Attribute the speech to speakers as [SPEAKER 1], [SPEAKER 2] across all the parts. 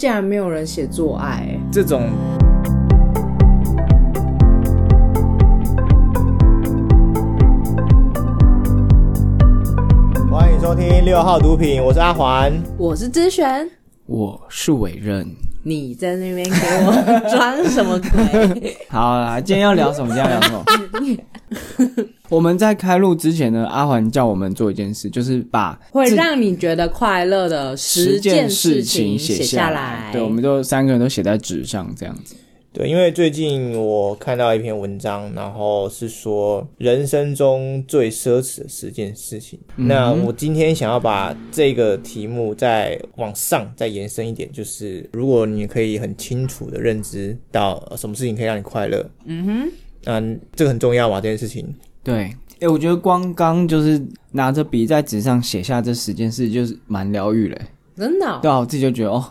[SPEAKER 1] 竟然没有人写做爱、欸，
[SPEAKER 2] 这种
[SPEAKER 3] 欢迎收听六号毒品，我是阿环。
[SPEAKER 1] 我是之璇，
[SPEAKER 2] 我是委任。
[SPEAKER 1] 你在那边给我装什么 鬼？
[SPEAKER 2] 好啦，今天要聊什么？今天要聊什么？ 我们在开录之前呢，阿环叫我们做一件事，就是把
[SPEAKER 1] 会
[SPEAKER 2] 自
[SPEAKER 1] 让你觉得快乐的
[SPEAKER 2] 十
[SPEAKER 1] 十
[SPEAKER 2] 件
[SPEAKER 1] 事
[SPEAKER 2] 事情
[SPEAKER 1] 写
[SPEAKER 2] 写下
[SPEAKER 1] 来。
[SPEAKER 2] 对，我们就三个人都写在纸上这样子。
[SPEAKER 3] 对，因为最近我看到一篇文章，然后是说人生中最奢侈的十件事情。那我今天想要把这个题目再往上再延伸一点，就是如果你可以很清楚的认知到呃什么事情可以让你快乐，嗯哼，那这个很重要嘛，这件事情。
[SPEAKER 2] 对，哎、我觉得光刚就是拿着笔在纸上写下这十件事，就是蛮疗愈嘞。
[SPEAKER 1] 真的哦
[SPEAKER 2] 对啊，我自己就觉得哦，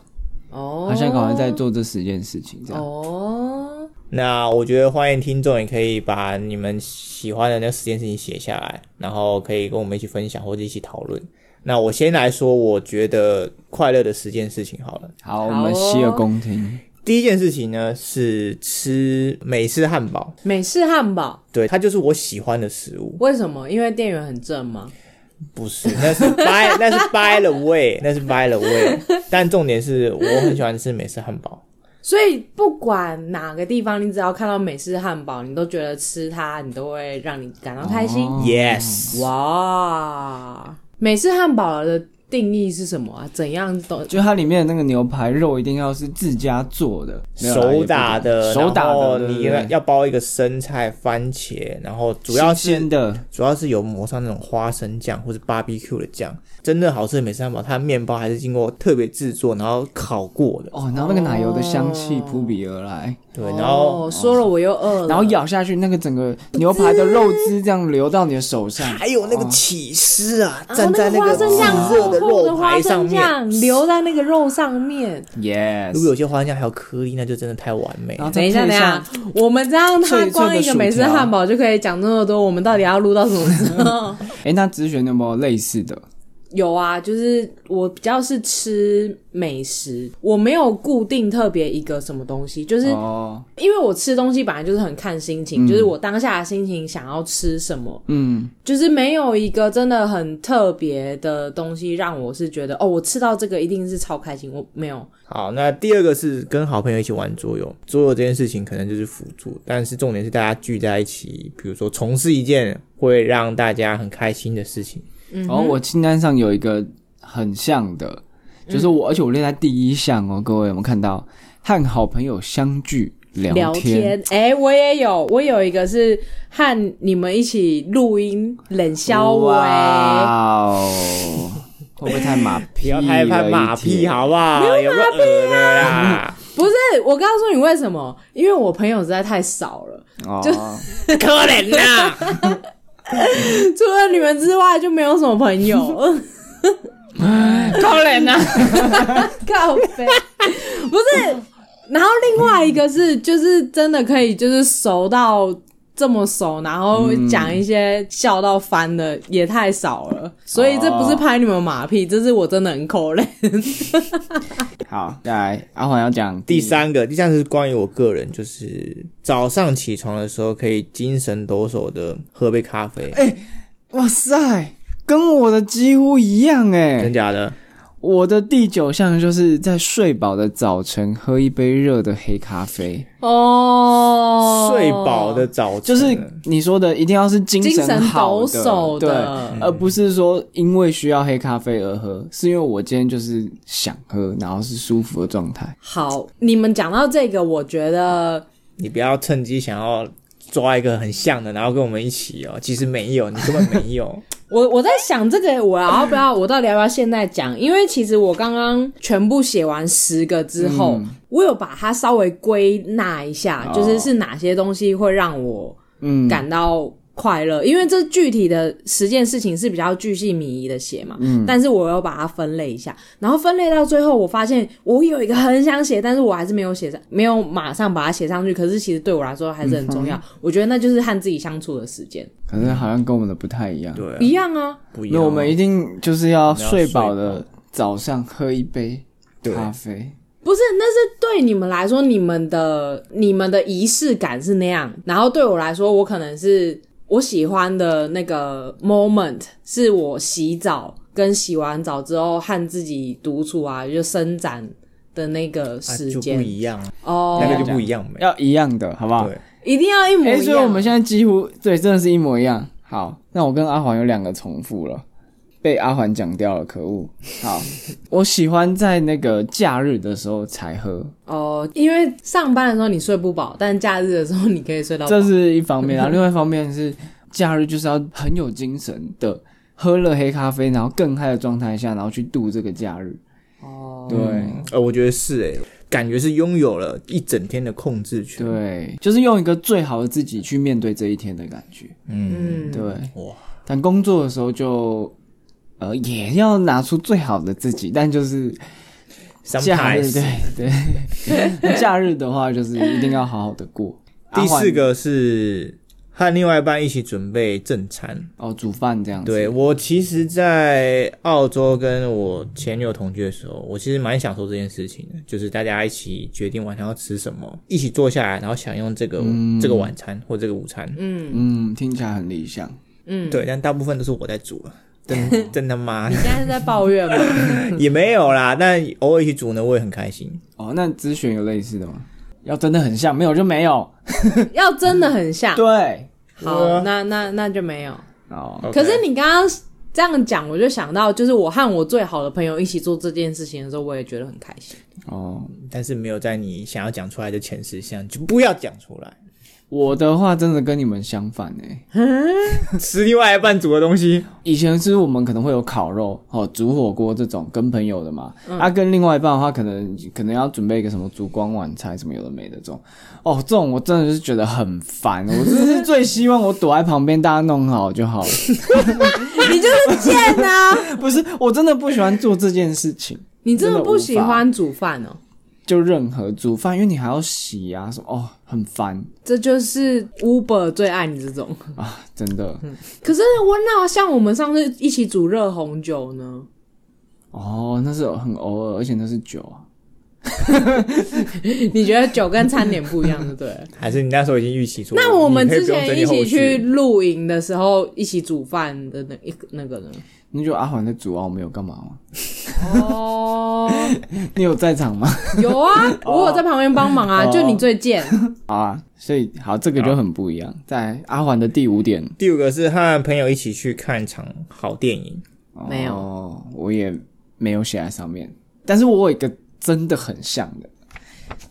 [SPEAKER 1] 哦，
[SPEAKER 2] 好像赶快在做这十件事情这样。
[SPEAKER 1] 哦，
[SPEAKER 3] 那我觉得欢迎听众也可以把你们喜欢的那十件事情写下来，然后可以跟我们一起分享或者一起讨论。那我先来说，我觉得快乐的十件事情好了。
[SPEAKER 2] 好，我
[SPEAKER 1] 好
[SPEAKER 2] 们
[SPEAKER 1] 哦
[SPEAKER 2] 洗耳恭听。
[SPEAKER 3] 第一件事情呢是吃美式汉堡，
[SPEAKER 1] 美式汉堡
[SPEAKER 3] 对，它就是我喜欢的食物，
[SPEAKER 1] 为什么？因为店员很正吗？
[SPEAKER 3] 不是， 那是 by 那是 by the way，那是 by the way。但 重点是我很喜欢吃美式汉堡，
[SPEAKER 1] 所以不管哪个地方，你只要看到美式汉堡，你都觉得吃它，你都会让你感到开心。
[SPEAKER 2] 哦
[SPEAKER 3] Yes，
[SPEAKER 1] 哇，美式汉堡的定义是什么啊？怎样都
[SPEAKER 2] 就它里面的那个牛排肉一定要是自家做的，没有啦
[SPEAKER 3] 手打的，
[SPEAKER 2] 也不手打
[SPEAKER 3] 然后
[SPEAKER 2] 的，
[SPEAKER 3] 你
[SPEAKER 2] 对对对
[SPEAKER 3] 要包一个生菜、番茄，然后主要
[SPEAKER 2] 新
[SPEAKER 3] 是
[SPEAKER 2] 鲜的，
[SPEAKER 3] 主要是有抹上那种花生酱或是 BBQ 的酱，真的好吃的美式汉堡，它的面包还是经过特别制作，然后烤过的，
[SPEAKER 2] 哦，然后那个奶油的香气扑鼻而来，
[SPEAKER 3] 对，然后
[SPEAKER 1] 哦、说了我又饿了，
[SPEAKER 2] 然后咬下去，那个整个牛排的肉汁这样流到你的手上，
[SPEAKER 3] 还有那个起司啊，
[SPEAKER 1] 然后
[SPEAKER 3] 站在
[SPEAKER 1] 那花
[SPEAKER 3] 个
[SPEAKER 1] 生酱
[SPEAKER 3] 炙热
[SPEAKER 1] 厚
[SPEAKER 3] 的
[SPEAKER 1] 厚
[SPEAKER 3] 肉
[SPEAKER 1] 的
[SPEAKER 3] 排
[SPEAKER 1] 花
[SPEAKER 3] 上
[SPEAKER 1] 生
[SPEAKER 3] 面，
[SPEAKER 1] 酱流在那个肉上面。
[SPEAKER 3] 如
[SPEAKER 2] yes。
[SPEAKER 3] 果有些花生酱还有颗粒，那就真的太完美
[SPEAKER 2] 然
[SPEAKER 3] 了
[SPEAKER 2] 后。再
[SPEAKER 1] 等一下，等
[SPEAKER 2] 配
[SPEAKER 1] 一下
[SPEAKER 2] 上，，
[SPEAKER 1] 我们这样
[SPEAKER 2] 脆脆
[SPEAKER 1] 他
[SPEAKER 2] 的
[SPEAKER 1] 光一个
[SPEAKER 2] 薯
[SPEAKER 1] 美式
[SPEAKER 2] 条
[SPEAKER 1] 汉堡就可以讲那么多，我们到底要录到什么时候？
[SPEAKER 2] 哎，那直选有没有类似的？
[SPEAKER 1] 有啊，就是我比较是吃美食，我没有固定特别一个什么东西，就是
[SPEAKER 2] 哦，
[SPEAKER 1] 因为我吃东西本来就是很看心情，
[SPEAKER 2] 嗯
[SPEAKER 1] 就是我当下的心情想要吃什么，
[SPEAKER 2] 嗯，
[SPEAKER 1] 就是没有一个真的很特别的东西让我是觉得哦，我吃到这个一定是超开心。我没有，
[SPEAKER 3] 好，那第二个是跟好朋友一起玩桌游，桌游这件事情可能就是辅助，但是重点是大家聚在一起，比如说从事一件会让大家很开心的事情。
[SPEAKER 1] 嗯
[SPEAKER 2] 然后
[SPEAKER 1] 哼，
[SPEAKER 2] 哦我清单上有一个很像的，就是
[SPEAKER 1] 嗯
[SPEAKER 2] 我，而且我列在第一项哦，各位有没有看到？和好朋友相聚
[SPEAKER 1] 聊
[SPEAKER 2] 天，
[SPEAKER 1] 天，哎、我也有，我有一个是和你们一起录音冷消微，
[SPEAKER 2] 哇哦，会不会太马
[SPEAKER 3] 不
[SPEAKER 2] 屁了
[SPEAKER 3] 要
[SPEAKER 2] 一点？
[SPEAKER 3] 太拍马屁啊好不好？有个恶的啦，
[SPEAKER 1] 不是，我告诉你为什么？因为我朋友实在太少了，
[SPEAKER 2] 哦，
[SPEAKER 3] 可怜啊呐！
[SPEAKER 1] 除了你们之外就没有什么朋友。
[SPEAKER 2] 高人呐！
[SPEAKER 1] 啊靠背，不是。然后另外一个是，就是真的可以，就是熟到这么熟，然后讲一些笑到翻的，也太少了。所以这不是拍你们马屁，这是我真的很抠嘞。
[SPEAKER 2] 好，再来，阿环要讲
[SPEAKER 3] 第，三个，第三个是关于我个人，就是早上起床的时候可以精神抖擞的喝杯咖啡，
[SPEAKER 2] 哎哇塞，跟我的几乎一样
[SPEAKER 3] 真
[SPEAKER 2] 哎。
[SPEAKER 3] 假的？
[SPEAKER 2] 我的第九项就是在睡饱的早晨喝一杯热的黑咖啡，
[SPEAKER 1] 哦
[SPEAKER 3] 睡饱的早晨
[SPEAKER 2] 就是你说的一定要是精
[SPEAKER 1] 精神
[SPEAKER 2] 好
[SPEAKER 1] 抖
[SPEAKER 2] 的，
[SPEAKER 1] 擞
[SPEAKER 2] 对，
[SPEAKER 1] 的，
[SPEAKER 2] 而不是说因为需要黑咖啡而喝，是因为我今天就是想喝，然后是舒服的状态。
[SPEAKER 1] 好，你们讲到这个，我觉得
[SPEAKER 3] 你不要趁机想要抓一个很像的，然后跟我们一起哦。其实没有，你根本 没有。
[SPEAKER 1] 我我在想这个，我要不要，我到底要不要现在讲？因为其实我刚刚全部写完十个之后，我有把它稍微归纳一下，
[SPEAKER 2] 嗯哦
[SPEAKER 1] 就是是哪些东西会让我
[SPEAKER 2] 嗯，
[SPEAKER 1] 感到快乐。因为这具体的十件事情是比较巨细靡遗的写嘛，
[SPEAKER 2] 嗯
[SPEAKER 1] 但是我有把它分类一下，然后分类到最后，我发现我有一个很想写，但是我还是没有写上，没有马上把它写上去。可是其实对我来说还是很重要，
[SPEAKER 2] 嗯
[SPEAKER 1] 我觉得那就是和自己相处的时间
[SPEAKER 2] 可是好像跟我们的不太一样。
[SPEAKER 3] 对、啊
[SPEAKER 1] 一，样啊。
[SPEAKER 3] 不一
[SPEAKER 2] 那
[SPEAKER 3] 样。哦
[SPEAKER 2] 我们一定就是要睡饱
[SPEAKER 3] 我们要
[SPEAKER 2] 的早上喝一杯
[SPEAKER 3] 对
[SPEAKER 2] 咖啡，
[SPEAKER 1] 不不是，那是对你们来说，你们的你们的仪式感是那样，然后对我来说，我可能是我喜欢的那个 moment 是我洗澡跟洗完澡之后和自己独处啊，就伸展的那个
[SPEAKER 3] 啊
[SPEAKER 1] 时
[SPEAKER 3] 就
[SPEAKER 1] 间
[SPEAKER 3] 不、一样，
[SPEAKER 1] 哦，
[SPEAKER 3] 那个就不一样呗。
[SPEAKER 2] 要一样的，好不好？
[SPEAKER 3] 对，
[SPEAKER 1] 一定要一模一
[SPEAKER 2] 哎、
[SPEAKER 1] 样。
[SPEAKER 2] 所以我们现在几乎对，真的是一模一样。好，那我跟阿环有两个重复了，被阿环讲掉了，可恶。 好，我喜欢在那个假日的时候才喝，
[SPEAKER 1] 哦，因为上班的时候你睡不饱，但假日的时候你可以睡到饱。
[SPEAKER 2] 这是一方面，然后另外一方面是假日就是要很有精神的。喝了黑咖啡，然后更嗨的状态下，然后去度这个假日。
[SPEAKER 1] 哦，
[SPEAKER 2] 对、
[SPEAKER 3] 呃，我觉得是哎、感觉是拥有了一整天的控制权。，
[SPEAKER 2] 对，就是用一个最好的自己去面对这一天的感觉。
[SPEAKER 3] 嗯，
[SPEAKER 1] 嗯，
[SPEAKER 2] 对，
[SPEAKER 3] 哇，
[SPEAKER 2] 但工作的时候就，呃，也要拿出最好的自己，但就是假日
[SPEAKER 3] sometimes
[SPEAKER 2] 对对， 假日的话就是一定要好好的过。
[SPEAKER 3] 第四
[SPEAKER 2] 阿
[SPEAKER 3] 个是和另外一半一起准备正餐。
[SPEAKER 2] 焕哦，煮饭这样子。
[SPEAKER 3] 对我其实，在澳洲跟我前女友同居的时候，我其实蛮享受这件事情的，就是大家一起决定晚上要吃什么，一起坐下来，然后享用这个、这个晚餐或这个午餐。
[SPEAKER 1] 嗯
[SPEAKER 2] 嗯，听起来很理想。
[SPEAKER 1] 嗯，
[SPEAKER 3] 对，但大部分都是我在煮了， 真真他妈
[SPEAKER 1] 你现在是在抱怨 吗？
[SPEAKER 3] 也没有啦。但偶尔一起煮呢，我也很开心。
[SPEAKER 2] 哦，那咨询有类似的吗？要真的很像，没有就没有。
[SPEAKER 1] 要真的很
[SPEAKER 3] 啊
[SPEAKER 1] 像。
[SPEAKER 2] 对，啊
[SPEAKER 3] 对啊
[SPEAKER 1] 好，那那那就没有。
[SPEAKER 2] 哦，
[SPEAKER 3] OK
[SPEAKER 1] 可是你刚刚这样讲，我就想到，就是我和我最好的朋友一起做这件事情的时候，我也觉得很开心。
[SPEAKER 2] 哦，
[SPEAKER 3] 但是没有在你想要讲出来的前十项，就不要讲出来。
[SPEAKER 2] 我的话真的跟你们相反哎、
[SPEAKER 3] 吃另外一半煮的东西，
[SPEAKER 2] 以前是我们可能会有烤肉哦，煮火锅这种跟朋友的嘛，啊，跟另外一半的话，可能可能要准备一个什么烛光晚餐什么有的没的这种，哦，这种我真的是觉得很烦，我真是最希望我躲在旁边，大家弄好就好了。
[SPEAKER 1] 你就是贱啊！
[SPEAKER 2] 不是，我真的不喜欢做这件事情，
[SPEAKER 1] 你真的不喜欢煮饭哦？
[SPEAKER 2] 就任何煮饭，因为你还要洗啊什么，哦，很烦
[SPEAKER 1] 这就是 Uber 最爱你这种。
[SPEAKER 2] 啊，真的。
[SPEAKER 1] 可是我那像我们上次一起煮热红酒呢，
[SPEAKER 2] 哦，那是很偶尔，而且那是酒啊。
[SPEAKER 1] 你觉得酒跟餐点不一样，对不对 了？
[SPEAKER 3] 还是你那时候已经预期出？
[SPEAKER 1] 那我们
[SPEAKER 3] 你可以
[SPEAKER 1] 之
[SPEAKER 3] 不用整
[SPEAKER 1] 前
[SPEAKER 3] 理
[SPEAKER 1] 一
[SPEAKER 3] 后
[SPEAKER 1] 起去
[SPEAKER 3] 续，
[SPEAKER 1] 露营的时候，一起煮饭的那一个那个呢？
[SPEAKER 2] 那就阿环在煮啊，我们有干嘛吗？
[SPEAKER 1] 哦，
[SPEAKER 2] 你有在场吗？
[SPEAKER 1] 有啊，我有在旁边帮忙啊，
[SPEAKER 2] 哦
[SPEAKER 1] 就你最贱。
[SPEAKER 2] 好啊，所以好，这个就很不一样。在阿环的第五点，
[SPEAKER 3] 第五个是和朋友一起去看场好电影，
[SPEAKER 1] 没有
[SPEAKER 2] 哦，我也没有写在上面。但是我有一个真的很像的，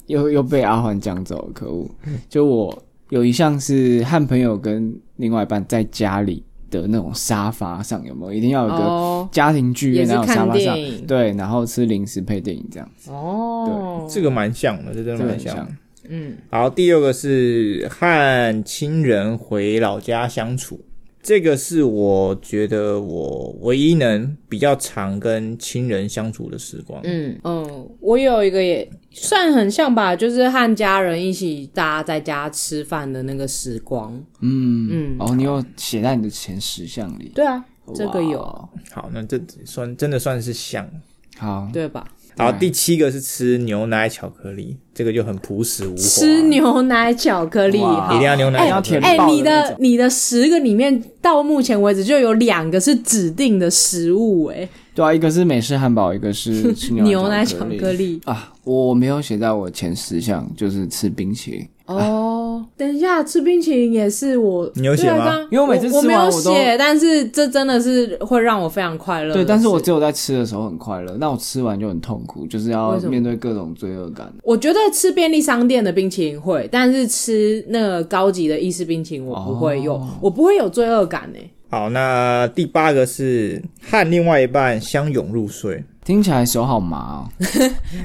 [SPEAKER 2] 又又被阿环讲走了，可恶！就我有一项是和朋友跟另外一半在家里的那种沙发上，有没有？一定要有个
[SPEAKER 1] 哦
[SPEAKER 2] 家庭剧院
[SPEAKER 1] 也是
[SPEAKER 2] 那种沙
[SPEAKER 1] 看
[SPEAKER 2] 发上
[SPEAKER 1] 电，影
[SPEAKER 2] 对，然后吃零食配电影这样。
[SPEAKER 1] 哦，
[SPEAKER 3] 这个蛮像的，这真的蛮
[SPEAKER 2] 这个很
[SPEAKER 3] 像
[SPEAKER 2] 像。
[SPEAKER 1] 嗯，
[SPEAKER 3] 好，第六个是和亲人回老家相处，这个是我觉得我唯一能比较常跟亲人相处的时光。
[SPEAKER 1] 嗯嗯，我有一个也算很像吧，就是和家人一起大家在家吃饭的那个时光。
[SPEAKER 2] 嗯
[SPEAKER 1] 嗯
[SPEAKER 2] 哦，你有写在你的前十项里，
[SPEAKER 1] 对啊，这个
[SPEAKER 2] 哇
[SPEAKER 1] 有
[SPEAKER 2] 哦
[SPEAKER 3] 好，那这算真的算是像。
[SPEAKER 1] 嗯
[SPEAKER 2] 好，
[SPEAKER 1] 对吧？
[SPEAKER 3] 好，第七个是吃牛奶巧克力，这个就很朴实无华。啊
[SPEAKER 1] 吃牛奶巧克力，
[SPEAKER 2] 哇
[SPEAKER 1] 好
[SPEAKER 3] 一定要牛奶，
[SPEAKER 2] 一定要甜
[SPEAKER 1] 哎、
[SPEAKER 2] 爆的
[SPEAKER 1] 你
[SPEAKER 2] 那
[SPEAKER 1] 的
[SPEAKER 2] 种
[SPEAKER 1] 你的十个里面，到目前为止就有两个是指定的食物、哎，
[SPEAKER 2] 对啊，一个是美式汉堡，一个 是嗯吃
[SPEAKER 1] 牛奶
[SPEAKER 2] 奶
[SPEAKER 1] 巧
[SPEAKER 2] 力
[SPEAKER 1] 克力。
[SPEAKER 2] 啊，我没有写在我前十项，就是吃冰淇淋，
[SPEAKER 1] 哦，等一下，吃冰淇淋也是我，
[SPEAKER 3] 你有写
[SPEAKER 1] 对啊
[SPEAKER 3] 吗
[SPEAKER 1] 刚
[SPEAKER 2] 因为我每次
[SPEAKER 1] 我
[SPEAKER 2] 吃
[SPEAKER 1] 没
[SPEAKER 2] 完
[SPEAKER 1] 有
[SPEAKER 2] 我都
[SPEAKER 1] 写，但是这真的是会让我非常快乐的事。
[SPEAKER 2] 对，但是我只有在吃的时候很快乐，那我吃完就很痛苦，就是要
[SPEAKER 1] 为什么
[SPEAKER 2] 面对各种罪恶感。
[SPEAKER 1] 我觉得吃便利商店的冰淇淋会，但是吃那个高级的意式冰淇淋我不会有，
[SPEAKER 3] 哦
[SPEAKER 1] 我不会有罪恶感欸 诶、
[SPEAKER 3] 好，那第八个是和另外一半相拥入睡。
[SPEAKER 2] 听起来手好麻哦，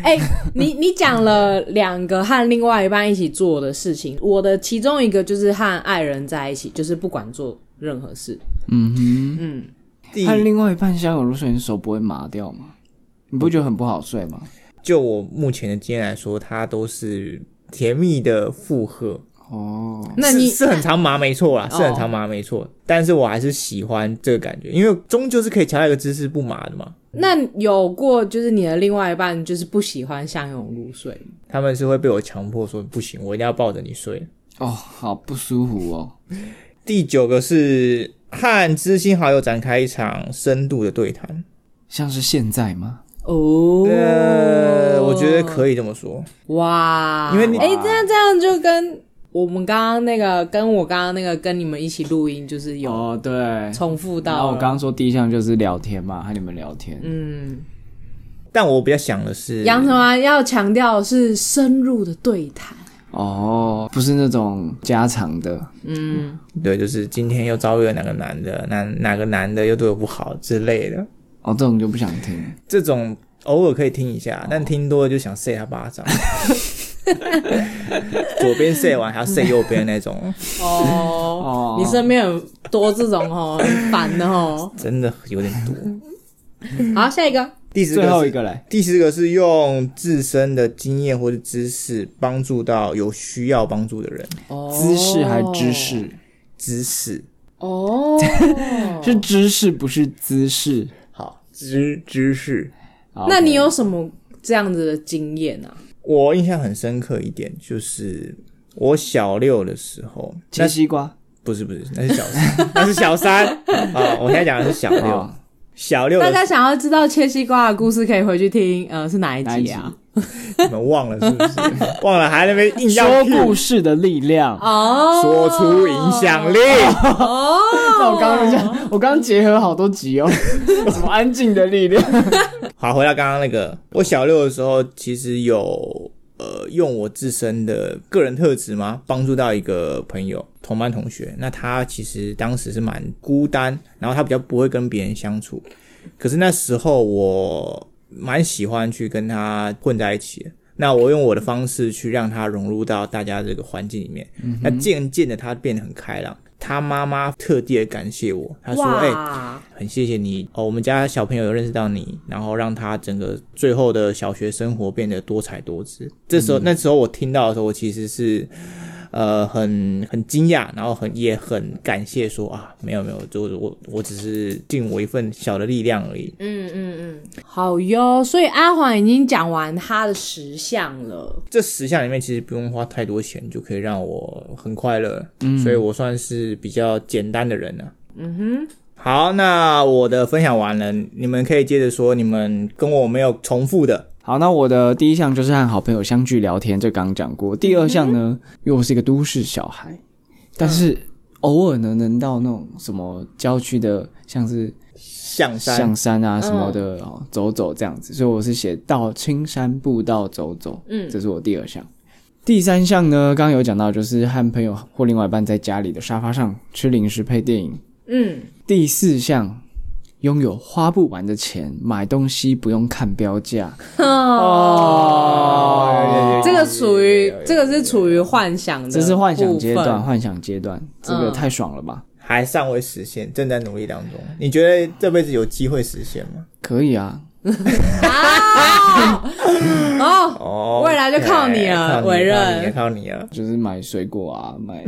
[SPEAKER 1] 哎、你你讲了两个和另外一半一起做的事情，我的其中一个就是和爱人在一起，就是不管做任何事，
[SPEAKER 2] 嗯
[SPEAKER 1] 嗯，
[SPEAKER 3] 第
[SPEAKER 2] 哼，和另外一半相拥入睡，你手不会麻掉吗？你不觉得很不好睡吗？
[SPEAKER 3] 就我目前的经验来说，它都是甜蜜的负荷。
[SPEAKER 2] 哦，
[SPEAKER 1] 那你
[SPEAKER 3] 是是很常麻，没错啦，
[SPEAKER 1] 哦
[SPEAKER 3] 是很常麻，没错。但是我还是喜欢这个感觉，因为终究是可以调到一个姿势不麻的嘛。
[SPEAKER 1] 那有过就是你的另外一半就是不喜欢相拥入睡吗？
[SPEAKER 3] 他们是会被我强迫说不行，我一定要抱着你睡。
[SPEAKER 2] 哦，好不舒服哦。
[SPEAKER 3] 第九个是和知心好友展开一场深度的对谈，
[SPEAKER 2] 像是现在吗？
[SPEAKER 1] 哦，
[SPEAKER 3] 呃，我觉得可以这么说。
[SPEAKER 1] 哇，
[SPEAKER 3] 因为你
[SPEAKER 1] 哎、这样这样就跟我们刚刚那个，跟我刚刚那个跟你们一起录音，就是有
[SPEAKER 2] 哦，对。
[SPEAKER 1] 重复
[SPEAKER 2] 然后
[SPEAKER 1] 到
[SPEAKER 2] 我
[SPEAKER 1] 了
[SPEAKER 2] 刚刚说第一项就是聊天嘛，和你们聊天。
[SPEAKER 1] 嗯，
[SPEAKER 3] 但我比较想的是，
[SPEAKER 1] 杨什么啊要强调的是深入的对谈，
[SPEAKER 2] 哦，不是那种家常的，
[SPEAKER 1] 嗯，
[SPEAKER 3] 对，就是今天又遭遇了哪个男的，哪哪个男的又对我不好之类的，
[SPEAKER 2] 哦，这种就不想听。
[SPEAKER 3] 这种偶尔可以听一下，但听多了就想扇他 巴掌，左边扇完还要扇右边那种，
[SPEAKER 1] 哦， 你身边很多这种哦，很烦的哦。
[SPEAKER 3] 真的有点多。
[SPEAKER 1] 好，下一个，
[SPEAKER 3] 第十个
[SPEAKER 2] 最
[SPEAKER 3] 是
[SPEAKER 2] 后一个嘞，
[SPEAKER 3] 第四个是用自身的经验或者知识帮助到有需要帮助的人。
[SPEAKER 2] 姿势还知识，
[SPEAKER 3] 知识
[SPEAKER 1] 哦，
[SPEAKER 2] 是知识不是姿势。
[SPEAKER 3] 好，知知识，
[SPEAKER 2] 好
[SPEAKER 1] 那你
[SPEAKER 2] OK
[SPEAKER 1] 有什么这样子的经验啊？
[SPEAKER 3] 我印象很深刻一点就是我小六的时候，
[SPEAKER 2] 切西瓜？
[SPEAKER 3] 不是不是，那是小三， 那是小三啊！我现在讲的是小六，
[SPEAKER 2] 哦
[SPEAKER 3] 小六
[SPEAKER 1] 大
[SPEAKER 3] 的
[SPEAKER 1] 家想要知道切西瓜的故事，可以回去听，呃，是哪一
[SPEAKER 2] 哪一
[SPEAKER 1] 集
[SPEAKER 2] 集
[SPEAKER 1] 啊？
[SPEAKER 3] 你们忘了是不 是？忘了还在那边硬要
[SPEAKER 2] 说
[SPEAKER 3] cue
[SPEAKER 2] 故事的力量。
[SPEAKER 1] 哦，
[SPEAKER 3] 说出影响力，
[SPEAKER 1] 哦。
[SPEAKER 2] 那我刚刚这样，我刚刚结合好多集 哦，什么安静的力量。
[SPEAKER 3] 好，回到刚刚那个，我小六的时候其实有呃用我自身的个人特质嘛，帮助到一个朋友，同班同学。那他其实当时是蛮孤单，然后他比较不会跟别人相处。可是那时候我蛮喜欢去跟他混在一起的。那我用我的方式去让他融入到大家这个环境里面，那渐渐的他变得很开朗。他妈妈特地的感谢我，他说：“哎、
[SPEAKER 1] 哇，
[SPEAKER 3] 很谢谢你哦，我们家小朋友有认识到你，然后让他整个最后的小学生活变得多彩多姿。这时候，那时候我听到的时候，我其实是呃很很惊讶，然后很也很感谢说啊，没有没有，就是我我只是尽我一份小的力量而已。
[SPEAKER 1] 嗯嗯嗯，好哟。所以阿黄已经讲完他的十项了，
[SPEAKER 3] 这十项里面其实不用花太多钱就可以让我很快乐，嗯、所以我算是比较简单的人了、嗯哼。好，那我的分享完了，你们可以接着说，你们跟我没有重复的。
[SPEAKER 2] 好，那我的第一项就是和好朋友相聚聊天，这刚刚讲过。第二项呢，因为我是一个都市小孩，但是偶尔呢能到那种什么郊区的，像是
[SPEAKER 3] 象山，嗯
[SPEAKER 2] 象山啊什么的、哦走走这样子，所以我是写到青山步道走走，
[SPEAKER 1] 嗯
[SPEAKER 2] 这是我第二项。第三项呢，刚刚有讲到，就是和朋友或另外一半在家里的沙发上吃零食配电影。
[SPEAKER 1] 嗯，
[SPEAKER 2] 第四项，拥有花不完的钱，买东西不用看标价。
[SPEAKER 1] 哦
[SPEAKER 3] 哦
[SPEAKER 1] 这个属于这个是处于幻想的，
[SPEAKER 2] 这是幻想阶段，。幻想阶段，这个太爽了吧？
[SPEAKER 3] 还尚未实现，正在努力当中。你觉得这辈子有机会实现吗？
[SPEAKER 2] 可以啊，
[SPEAKER 1] 啊哦，
[SPEAKER 3] 哦哎
[SPEAKER 1] 未来就靠你了
[SPEAKER 3] 靠
[SPEAKER 1] 委任
[SPEAKER 3] 靠你了靠你了。
[SPEAKER 2] 就是买水果啊， 买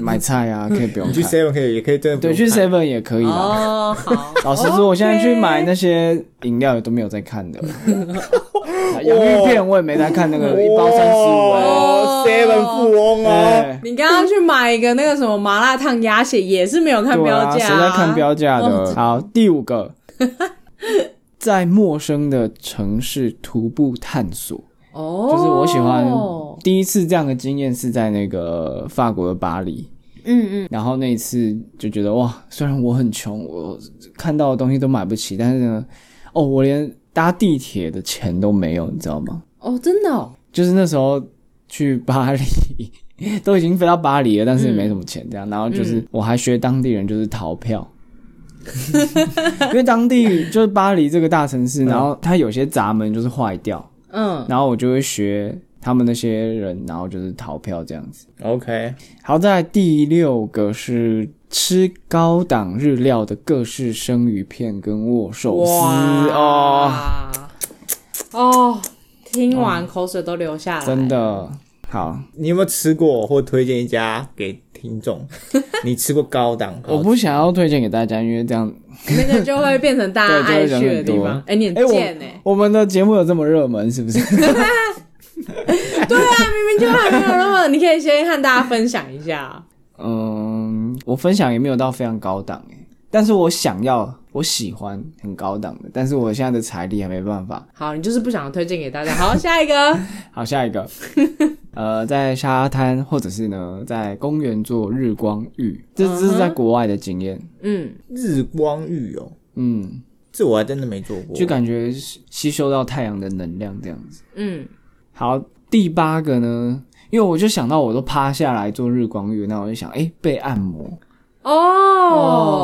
[SPEAKER 2] 买菜啊，可以不用
[SPEAKER 3] 你去
[SPEAKER 2] 看。
[SPEAKER 3] Seven 可以，也可以真的不
[SPEAKER 2] 对，
[SPEAKER 3] 用
[SPEAKER 2] 去
[SPEAKER 3] 看
[SPEAKER 2] Seven 也可以啦。
[SPEAKER 1] 哦，好，
[SPEAKER 2] 老实说，我现在去买那些饮料也都没有在看的，啊 洋芋片我也没在看那个一包三十五哎
[SPEAKER 3] 哦，Seven 富翁哦，
[SPEAKER 2] 哎，
[SPEAKER 1] 你刚刚去买一个那个什么麻辣烫鸭血，也是没有看
[SPEAKER 2] 对
[SPEAKER 1] 标
[SPEAKER 2] 啊，
[SPEAKER 1] 价、
[SPEAKER 2] 谁在看标价的？好，第 五个，在陌生的城市徒步探索。
[SPEAKER 1] 哦，
[SPEAKER 2] 就是我喜欢第一次这样的经验是在那个法国的巴黎，嗯嗯，然后那一次就觉得哇，虽然我很穷，我看到的东西都买不起，但是呢，哦，我连搭地铁的钱都没有，你知道吗？
[SPEAKER 1] 哦，真的哦，
[SPEAKER 2] 就是那时候去巴黎。都已经飞到巴黎了，但是也没什么钱，这样。然后就是我还学当地人，就是逃票， 因为当地就是巴黎这个大城市，然后它有些闸门就是坏掉，
[SPEAKER 1] 嗯，
[SPEAKER 2] 然后我就会学他们那些人，然后就是逃票这样子。
[SPEAKER 3] ，OK，
[SPEAKER 2] 好，再来第六个是吃高档日料的各式生鱼片跟握寿司哦，
[SPEAKER 1] 哦，听完口水都流下来，
[SPEAKER 2] 真的。好，
[SPEAKER 3] 你有没有吃过或推荐一家给听 众？你吃过高档？
[SPEAKER 2] 我不想要推荐给大家，因为这样
[SPEAKER 1] 那个就会变成大家爱
[SPEAKER 2] 对就会
[SPEAKER 1] 去的地
[SPEAKER 2] 人很
[SPEAKER 1] 方
[SPEAKER 2] 多。
[SPEAKER 1] 哎，你很
[SPEAKER 2] 哎我
[SPEAKER 1] 贱哎！
[SPEAKER 2] 我们的节目有这么热门，是不是？
[SPEAKER 1] 对啊，明明就还没有那么，你可以先和大家分享一下。
[SPEAKER 2] 嗯，我分享也没有到非常高档诶，但是我想要，我喜欢很高档的，但是我现在的财力还没办法。
[SPEAKER 1] 好，你就是不想推荐给大家。 好，下一个，
[SPEAKER 2] 好，下一个，呃，在沙滩或者是呢，在公园做日光浴，这这是
[SPEAKER 1] 嗯
[SPEAKER 2] 在
[SPEAKER 1] 哼
[SPEAKER 2] 国外的经验。
[SPEAKER 1] 嗯，
[SPEAKER 3] 日光浴哦，
[SPEAKER 2] 嗯，
[SPEAKER 3] 这我还真的没做过。
[SPEAKER 2] 就感觉吸吸收到太阳的能量这样子。
[SPEAKER 1] 嗯，
[SPEAKER 2] 好，第八个呢，因为我就想到我都趴下来做日光浴，那我就想，诶，被按摩，
[SPEAKER 1] 哦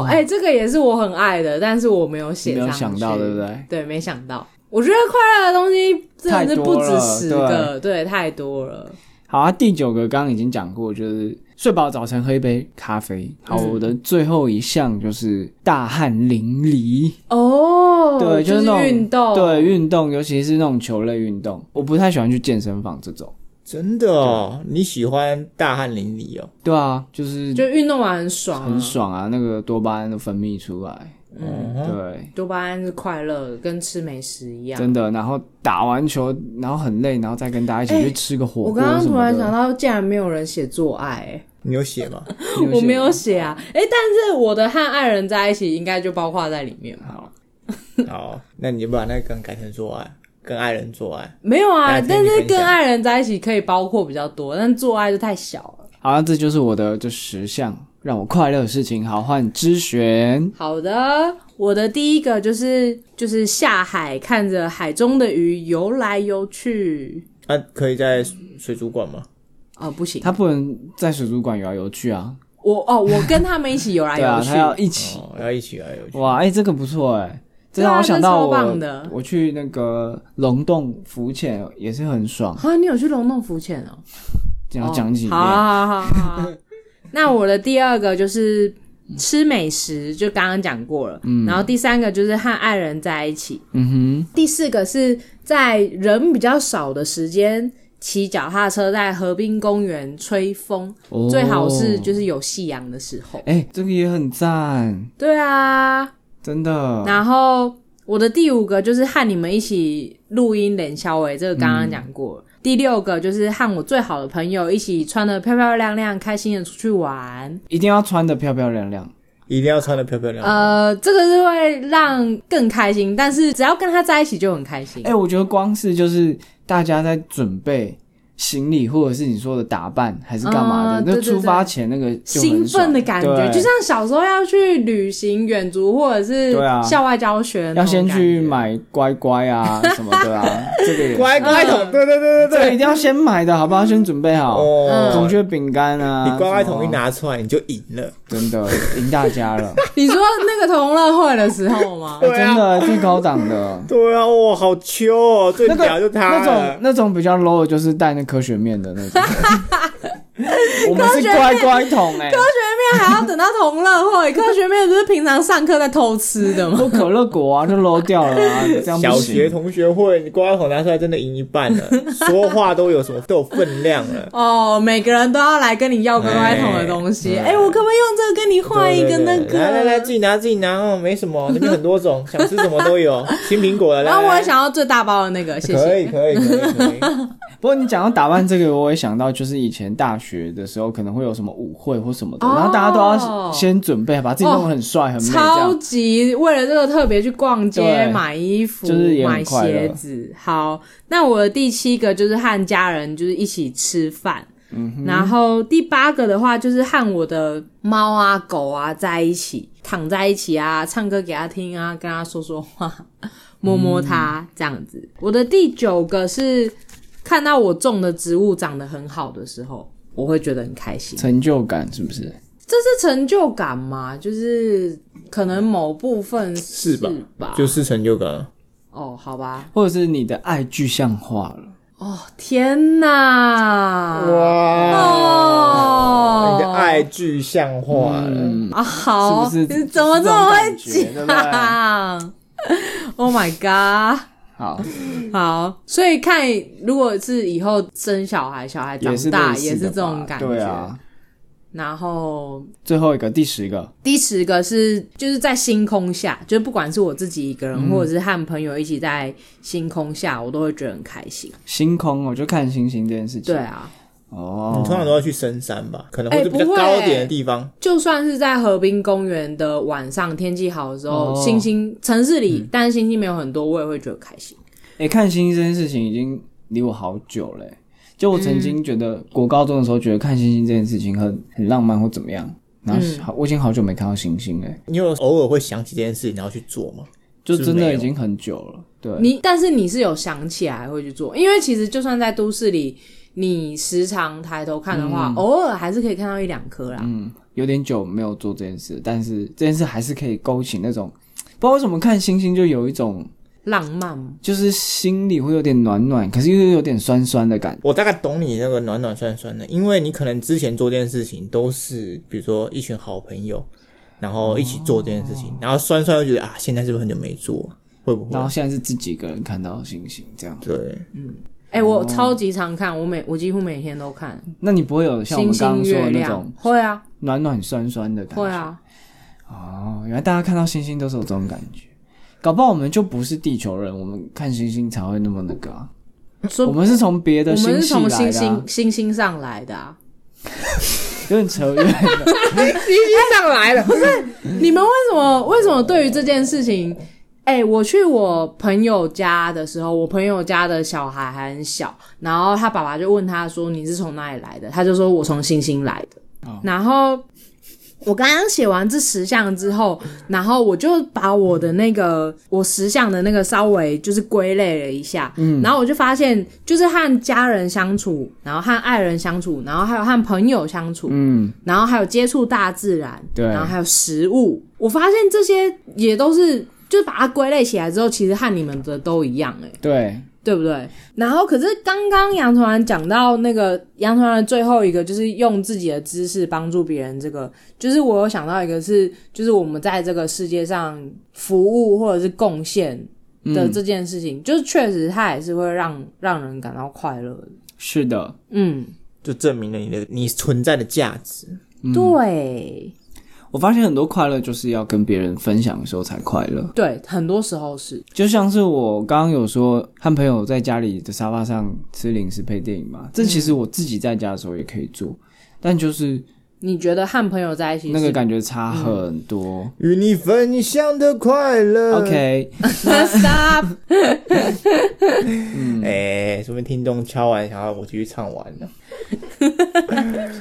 [SPEAKER 2] 哦，
[SPEAKER 1] 哎、这个也是我很爱的，但是我没有写
[SPEAKER 2] 你没
[SPEAKER 1] 上
[SPEAKER 2] 有
[SPEAKER 1] 去，
[SPEAKER 2] 想到对不对？
[SPEAKER 1] 对，没想到。我觉得快乐的东西真的是不止十
[SPEAKER 2] 太多
[SPEAKER 1] 个，对，太多了。
[SPEAKER 2] 好啊，第九个刚刚已经讲过，就是睡饱早晨喝一杯咖啡。好，
[SPEAKER 1] 嗯
[SPEAKER 2] 我的最后一项就是大汗淋漓，
[SPEAKER 1] 哦，
[SPEAKER 2] 对，
[SPEAKER 1] 就是
[SPEAKER 2] 那种
[SPEAKER 1] 运动，
[SPEAKER 2] 对，运动，尤其是那种球类运动，我不太喜欢去健身房这种。
[SPEAKER 3] 真的哦，你喜欢大汗淋漓哦？
[SPEAKER 2] 对啊，就是
[SPEAKER 1] 就运动完很爽、啊，
[SPEAKER 2] 很。爽啊，那个多巴胺都分泌出来，
[SPEAKER 3] 嗯哼，
[SPEAKER 2] 对，
[SPEAKER 1] 多巴胺是快乐，跟吃美食一样。
[SPEAKER 2] 真的。然后打完球，然后很累，然后再跟大家一起去吃个火
[SPEAKER 1] 哎我
[SPEAKER 2] 锅
[SPEAKER 1] 刚刚
[SPEAKER 2] 什
[SPEAKER 1] 突
[SPEAKER 2] 么
[SPEAKER 1] 然想
[SPEAKER 2] 的。
[SPEAKER 1] 到，竟然没有人写做爱、哎
[SPEAKER 3] 你有写吗？
[SPEAKER 2] 你
[SPEAKER 1] 我
[SPEAKER 2] 写
[SPEAKER 1] 没有
[SPEAKER 2] 吗。
[SPEAKER 1] 写啊。哎、但是我的和爱人在一起，应该就包括在里面。
[SPEAKER 2] 好，
[SPEAKER 3] 好，那你就把那个改成做爱，跟爱人做爱。
[SPEAKER 1] 没有啊
[SPEAKER 3] 大家，听
[SPEAKER 1] 但
[SPEAKER 3] 你
[SPEAKER 1] 是
[SPEAKER 3] 分享
[SPEAKER 1] 跟爱人在一起可以包括比较多，但做爱就太小了。
[SPEAKER 2] 好，那这就是我的这十项让我快乐的事情。好，换知璇。
[SPEAKER 1] 好的，我的第一个就是就是下海，看着海中的鱼游来游去。
[SPEAKER 3] 啊，可以在水族馆吗？
[SPEAKER 1] 哦，不行，
[SPEAKER 2] 他不能在水族馆游来游去啊。
[SPEAKER 1] 我哦，我跟他们一起游来
[SPEAKER 2] 对啊，
[SPEAKER 1] 游去
[SPEAKER 2] 他。要一起。
[SPEAKER 3] 哦，要一起来有趣。
[SPEAKER 2] 哇，哎、这个不错哎、
[SPEAKER 1] 嗯
[SPEAKER 2] 这
[SPEAKER 1] 对啊
[SPEAKER 2] 让我想到
[SPEAKER 1] 这
[SPEAKER 2] 我、
[SPEAKER 1] 超棒的
[SPEAKER 2] 我去那个龙洞浮潜也是很爽，
[SPEAKER 1] 啊，你有去龙洞浮潜哦？
[SPEAKER 2] 讲讲几遍。
[SPEAKER 1] 好啊好好好 好。那我的第二个就是吃美食，就刚刚讲过了。嗯，然后第三个就是和爱人在一起。
[SPEAKER 2] 嗯哼，
[SPEAKER 1] 第四个是在人比较少的时间骑脚踏车在河滨公园吹风，
[SPEAKER 2] 哦
[SPEAKER 1] 最好是就是有夕阳的时候。
[SPEAKER 2] 哎、这个也很赞，
[SPEAKER 1] 对啊，
[SPEAKER 2] 真的。
[SPEAKER 1] 然后我的第五个就是和你们一起录音冷消维，这个刚刚讲
[SPEAKER 2] 嗯
[SPEAKER 1] 过了。第六个就是和我最好的朋友一起穿的漂漂亮亮、开心的出去玩。
[SPEAKER 2] 一定要穿的漂漂亮亮。
[SPEAKER 3] 一定要穿的漂
[SPEAKER 2] 嗯
[SPEAKER 3] 漂亮亮。
[SPEAKER 1] 呃，这个是会让更开心，但是只要跟他在一起就很开心。
[SPEAKER 2] 哎、我觉得光是就是大家在准备行李，或者是你说的打扮还是干嘛的，
[SPEAKER 1] 嗯
[SPEAKER 2] 那
[SPEAKER 1] 对对
[SPEAKER 2] 出发前那个就很
[SPEAKER 1] 兴奋的感觉，
[SPEAKER 2] 爽对啊
[SPEAKER 1] 就像小时候要去旅行、远足或者是
[SPEAKER 2] 对啊
[SPEAKER 1] 校外教学，
[SPEAKER 2] 要先去。买乖乖啊什么的啊，这 个也是
[SPEAKER 3] 乖乖桶，
[SPEAKER 1] 嗯
[SPEAKER 3] 对对对对
[SPEAKER 2] 这个
[SPEAKER 3] 对。
[SPEAKER 2] 一定要先买的，好不好？先准备好。
[SPEAKER 1] 嗯
[SPEAKER 2] 孔
[SPEAKER 3] 哦，
[SPEAKER 2] 雀饼干啊，
[SPEAKER 3] 你乖乖桶一
[SPEAKER 2] 什么，
[SPEAKER 3] 拿出来，你就赢了。
[SPEAKER 2] 真的赢大家了，
[SPEAKER 1] 你说那个同乐会的时候 吗？
[SPEAKER 3] 对啊
[SPEAKER 2] 真的最高档 的。
[SPEAKER 3] 对啊，哇，好秋哦，最
[SPEAKER 2] 那
[SPEAKER 3] 屌就
[SPEAKER 2] 个
[SPEAKER 3] 他
[SPEAKER 2] 那种
[SPEAKER 3] 了。
[SPEAKER 2] 那种比较 low 的，就是带那科学面的 那种。我们是乖乖桶哎、
[SPEAKER 1] 科学面还要等到同乐会，科学面不是平常上课在偷吃的吗？
[SPEAKER 2] 喝可乐果啊，就 low 掉了 啊，这样不行。
[SPEAKER 3] 小学同学会，你乖乖桶拿出来，真的赢一 半了，说话都有什么都有分量了。
[SPEAKER 1] 哦，每个人都要来跟你要乖乖桶的东西。哎、我可不可以用这个跟你换一个那
[SPEAKER 3] 对对
[SPEAKER 1] 个？
[SPEAKER 3] 对来来来，自己拿自己拿哦，没什么，那边很多种，想吃什么都有。 青苹果的，来
[SPEAKER 1] 然后我
[SPEAKER 3] 来
[SPEAKER 1] 也想要最大包的那个，谢
[SPEAKER 3] 可
[SPEAKER 1] 谢。
[SPEAKER 3] 以可以可以可以。
[SPEAKER 2] 不过你讲到打扮这个，我也想到就是以前大学的时候，可能会有什么舞会或什么的，
[SPEAKER 1] 哦
[SPEAKER 2] 然后大家都要先准备，把自己弄得很帅、很美这
[SPEAKER 1] 超
[SPEAKER 2] 样。
[SPEAKER 1] 级为了这个特别去逛街
[SPEAKER 2] 对
[SPEAKER 1] 买衣服、
[SPEAKER 2] 就是也
[SPEAKER 1] 买
[SPEAKER 2] 很快乐
[SPEAKER 1] 鞋子。好，那我的第七个就是和家人就是一起吃饭，
[SPEAKER 2] 嗯
[SPEAKER 1] 然后第八个的话就是和我的猫啊、狗啊在一起躺在一起啊，唱歌给它听啊，跟它说说话，
[SPEAKER 2] 嗯
[SPEAKER 1] 摸摸它、这样子。我的第九个是看到我种的植物长得很好的时候，我会觉得很开心。
[SPEAKER 2] 成就感是不是？
[SPEAKER 1] 这是成就感吗？就是可能某部分
[SPEAKER 3] 是吧
[SPEAKER 1] 吧？
[SPEAKER 3] 就是成就感啊。
[SPEAKER 1] 哦，好吧。
[SPEAKER 2] 或者是你的爱具象化了？
[SPEAKER 1] 哦，天哪！
[SPEAKER 3] 哇
[SPEAKER 1] 哦
[SPEAKER 3] 你的爱具象化了。
[SPEAKER 2] 嗯，
[SPEAKER 1] 啊，好，
[SPEAKER 2] 是不是
[SPEAKER 1] 你怎么这么会
[SPEAKER 2] 就是这种感觉对不
[SPEAKER 1] 讲？Oh my god！
[SPEAKER 2] 好，
[SPEAKER 1] 好，所以看如果是以后生小孩，小孩长
[SPEAKER 2] 也是
[SPEAKER 1] 大
[SPEAKER 2] 类似
[SPEAKER 1] 也是
[SPEAKER 2] 的
[SPEAKER 1] 这种
[SPEAKER 2] 吧
[SPEAKER 1] 感觉。
[SPEAKER 2] 对啊，
[SPEAKER 1] 然后
[SPEAKER 2] 最后一个第十个，
[SPEAKER 1] 第十个是就是在星空下，就是不管是我自己一个人，
[SPEAKER 2] 嗯
[SPEAKER 1] 或者是和朋友一起在星空下，我都会觉得很开心。
[SPEAKER 2] 星空，我就看星星这件事情。
[SPEAKER 1] 对，啊，
[SPEAKER 2] 哦，
[SPEAKER 3] 你通常都要去深山吧，可能
[SPEAKER 1] 哎
[SPEAKER 3] 或者比较
[SPEAKER 1] 不会
[SPEAKER 3] 高一
[SPEAKER 1] 欸
[SPEAKER 3] 点的地方。
[SPEAKER 1] 就算是在河滨公园的晚上，天气好的时候，
[SPEAKER 2] 哦嗯
[SPEAKER 1] 星星城市里，但是星星没有很多，我也会觉得开心。
[SPEAKER 2] 哎、看星星这件事情已经离我好久了欸、就我曾经觉得国高中的时候，觉得看星星这件事情很很浪漫或怎么样，然
[SPEAKER 1] 嗯
[SPEAKER 2] 后好、我已经好久没看到星星了欸、
[SPEAKER 3] 你有偶尔会想起这件事情，然后去做吗？
[SPEAKER 2] 就是真
[SPEAKER 3] 没
[SPEAKER 2] 的
[SPEAKER 3] 有
[SPEAKER 2] 已经很久了。
[SPEAKER 1] 嗯
[SPEAKER 2] 对，啊
[SPEAKER 1] 你但是你是有想起来会去做，因为其实就算在都市里，你时常抬头看的话，偶尔还是可以看到一两颗啦。
[SPEAKER 2] 嗯，有点久没有做这件事，但是这件事还是可以勾起那种，不知道为什么看星星就有一种，
[SPEAKER 1] 浪漫
[SPEAKER 2] 就是心里会有点暖暖，可是又有点酸酸的感觉。
[SPEAKER 3] 我大概懂你那个暖暖酸酸的，因为你可能之前做这件事情都是，比如说一群好朋友，然后一起做这件事
[SPEAKER 1] 哦
[SPEAKER 3] 情，然后酸酸就觉得啊，现在是不是很久没做？
[SPEAKER 2] 哦
[SPEAKER 3] 会不
[SPEAKER 2] 然后
[SPEAKER 3] 会？
[SPEAKER 2] 现在是自己一个人看到星星这样，
[SPEAKER 3] 对，
[SPEAKER 1] 哎、我
[SPEAKER 2] 哦
[SPEAKER 1] 超级常看，我每我几乎每天都看
[SPEAKER 2] 那你不会有像我
[SPEAKER 1] 星
[SPEAKER 2] 们刚
[SPEAKER 1] 星、
[SPEAKER 2] 刚说
[SPEAKER 1] 月
[SPEAKER 2] 的那
[SPEAKER 1] 亮
[SPEAKER 2] 种，
[SPEAKER 1] 会啊，
[SPEAKER 2] 暖暖酸酸的感觉？
[SPEAKER 1] 会啊，
[SPEAKER 2] 哦，原来大家看到星星都是有这种感觉，搞不好我们就不是地球人，我们看星星才会那么那个、啊。
[SPEAKER 1] 说
[SPEAKER 2] 我们是从别
[SPEAKER 1] 我
[SPEAKER 2] 的
[SPEAKER 1] 们
[SPEAKER 2] 星
[SPEAKER 1] 是
[SPEAKER 2] 系
[SPEAKER 1] 从
[SPEAKER 2] 来
[SPEAKER 1] 星
[SPEAKER 2] 的、啊
[SPEAKER 1] 星，星星上来的啊，
[SPEAKER 2] 有点扯远。
[SPEAKER 1] 星星上来了，不是？你们为什么为什么对于这件事情？哎、我去我朋友家的时候，我朋友家的小孩还很小，然后他爸爸就问他说：“你是从哪里来的？”他就说：“我从星星来的。
[SPEAKER 2] 哦
[SPEAKER 1] 然后我刚刚写完这十项之后，然后我就把我的那个我十项的那个稍微就是归类了一下，嗯，然后我就发现，就是和家人相处，然后和爱人相处，然后还有和朋友相处，
[SPEAKER 2] 嗯，
[SPEAKER 1] 然后还有接触大自然，
[SPEAKER 2] 对
[SPEAKER 1] 然后还有食物。我发现这些也都是，就是把它归类起来之后，其实和你们的都一样、欸，
[SPEAKER 2] 对，
[SPEAKER 1] 对不对？然后可是刚刚杨传讲到那个杨传的最后一个，就是用自己的知识帮助别人。这个就是我有想到一个是，就是我们在这个世界上服务或者是贡献
[SPEAKER 2] 嗯
[SPEAKER 1] 的这件事情，就是确实它也是会让让人感到快乐的。
[SPEAKER 2] 是的，
[SPEAKER 1] 嗯，
[SPEAKER 3] 就证明了你的你存在的价值。
[SPEAKER 1] 对
[SPEAKER 2] 我发现很多快乐就是要跟别人分享的时候才快乐。
[SPEAKER 1] 对，很多时候是
[SPEAKER 2] 就像是我刚刚有说，和朋友在家里的沙发上吃零食配电影嘛，这其实我自己在家的时候也可以做，但就是
[SPEAKER 1] 你觉得和朋友在一起
[SPEAKER 2] 那 个
[SPEAKER 1] 是
[SPEAKER 2] 感觉差很多。
[SPEAKER 3] 与你分享的快
[SPEAKER 1] 嗯
[SPEAKER 3] 乐。
[SPEAKER 2] OK，
[SPEAKER 1] Stop！
[SPEAKER 3] 哎、说明听众敲完想要我继续唱完了。
[SPEAKER 1] 呃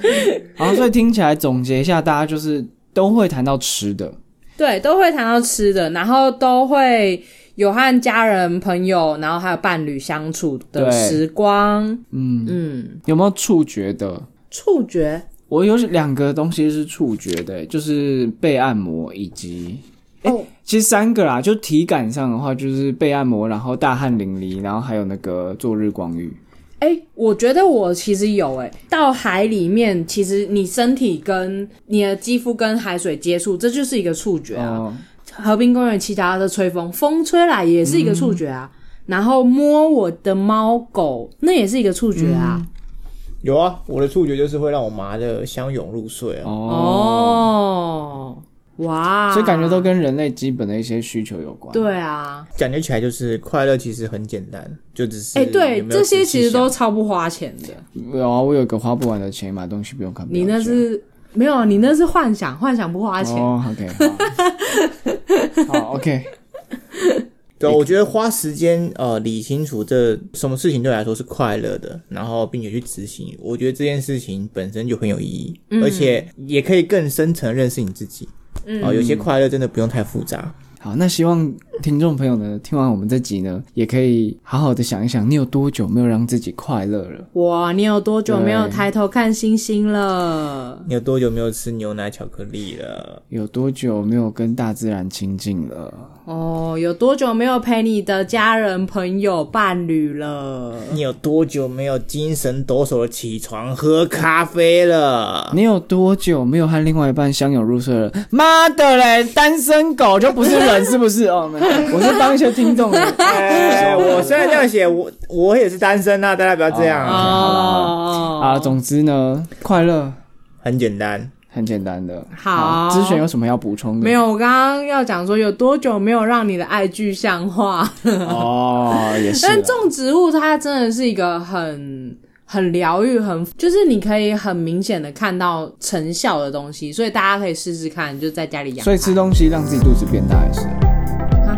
[SPEAKER 2] 好，所以听起来总结一下，大家就是都会谈到吃的，
[SPEAKER 1] 对，都会谈到吃的，然后都会有和家人、朋友，然后还有伴侣相处的
[SPEAKER 2] 对
[SPEAKER 1] 时光。
[SPEAKER 2] 嗯，
[SPEAKER 1] 嗯，
[SPEAKER 2] 有没有触觉的？
[SPEAKER 1] 触觉
[SPEAKER 2] 我有两个东西是触觉的、就是被按摩以及，哎、
[SPEAKER 1] 哦
[SPEAKER 2] 其实三个啦，就体感上的话，就是被按摩，然后大汗淋漓，然后还有那个做日光浴。
[SPEAKER 1] 哎、我觉得我其实有哎、到海里面，其实你身体跟你的肌肤跟海水接触，这就是一个触觉啊。
[SPEAKER 2] 哦，
[SPEAKER 1] 河滨公园骑脚踏车吹风，风吹来也是一个触觉啊。
[SPEAKER 2] 嗯
[SPEAKER 1] 然后摸我的猫狗，那也是一个触觉啊。
[SPEAKER 3] 有啊，我的触觉就是会让我麻的相拥入睡啊。
[SPEAKER 2] 哦，
[SPEAKER 1] 哦，哇！
[SPEAKER 2] 所以感觉都跟人类基本的一些需求有关。，
[SPEAKER 1] 对啊。
[SPEAKER 3] 感觉起来就是快乐，其实很简单，就只是
[SPEAKER 1] 哎、对，
[SPEAKER 3] 有没有
[SPEAKER 1] 这些
[SPEAKER 3] 仔细
[SPEAKER 1] 其实都
[SPEAKER 3] 想
[SPEAKER 1] 超不花钱的。
[SPEAKER 2] 有啊，我有个花不完的钱买东西不用看表
[SPEAKER 1] 你
[SPEAKER 2] 价。
[SPEAKER 1] 那是没有，你那是幻想，幻想不花钱。
[SPEAKER 2] 哦，OK，好 好，OK，
[SPEAKER 3] 对，我觉得花时间呃理清楚这什么事情对我来说是快乐的，然后并且去执行，我觉得这件事情本身就很有意义，
[SPEAKER 1] 嗯
[SPEAKER 3] 而且也可以更深层认识你自己。嗯、有些快乐真的不用太复杂。
[SPEAKER 2] 好，那希望听众朋友呢，听完我们这集呢，也可以好好的想一想，你有多久没有让自己快乐了？
[SPEAKER 1] 哇，你有多久没有
[SPEAKER 2] 对
[SPEAKER 1] 抬头看星星了？
[SPEAKER 3] 你有多久没有吃牛奶巧克力了？
[SPEAKER 2] 有多久没有跟大自然亲近了？
[SPEAKER 1] 哦，有多久没有陪你的家人、朋友、伴侣了？
[SPEAKER 3] 你有多久没有精神抖擞的起床喝咖啡了？
[SPEAKER 1] 啊
[SPEAKER 2] 你有多久没有和另外一半相拥入睡了？妈的嘞，单身狗就不是人是不是？哦，没有我是当一些听众的。
[SPEAKER 3] 哎，我虽然这样写，我我也是单身啊，大家不要这样，
[SPEAKER 2] 哦
[SPEAKER 1] 哦
[SPEAKER 2] 啊，总之呢，快乐
[SPEAKER 3] 很简单。
[SPEAKER 2] 很简单的。
[SPEAKER 1] 好
[SPEAKER 2] 咨询有什么要补充的？
[SPEAKER 1] 没有，我刚刚要讲说有多久没有让你的爱具象化，
[SPEAKER 2] 哦，也是啊。
[SPEAKER 1] 但种植物它真的是一个很很疗愈，很就是你可以很明显的看到成效的东西，所以大家可以试试看，就在家里养它。
[SPEAKER 2] 所以吃东西让自己肚子变大也是啊。
[SPEAKER 1] 啊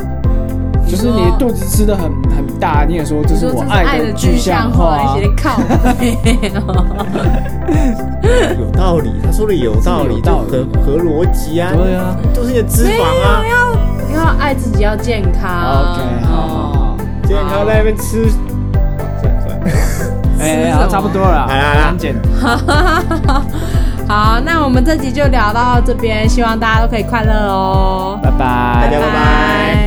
[SPEAKER 2] 就是你肚子吃的很很大，你也说这
[SPEAKER 1] 你说
[SPEAKER 2] 是
[SPEAKER 1] 这
[SPEAKER 2] 我
[SPEAKER 1] 哦是爱
[SPEAKER 2] 的
[SPEAKER 1] 的具象化，
[SPEAKER 2] 化
[SPEAKER 1] 你写。的靠背哦。
[SPEAKER 3] 有道理，他说的有道理，
[SPEAKER 2] 有道理
[SPEAKER 3] 这合合逻辑啊，
[SPEAKER 2] 对啊
[SPEAKER 3] 都是你的脂肪啊，
[SPEAKER 1] 要爱自己，要健康。
[SPEAKER 2] ，OK，好好
[SPEAKER 1] 哦，
[SPEAKER 2] 好，
[SPEAKER 3] 健康在那边吃，算算了，
[SPEAKER 2] 哎，
[SPEAKER 1] 什
[SPEAKER 2] 好
[SPEAKER 1] 么
[SPEAKER 2] 差不多了，
[SPEAKER 3] 来来来
[SPEAKER 2] 很简
[SPEAKER 1] 好，那我们这集就聊到这边，希望大家都可以快乐哦，
[SPEAKER 2] 拜拜，
[SPEAKER 3] 大家拜拜。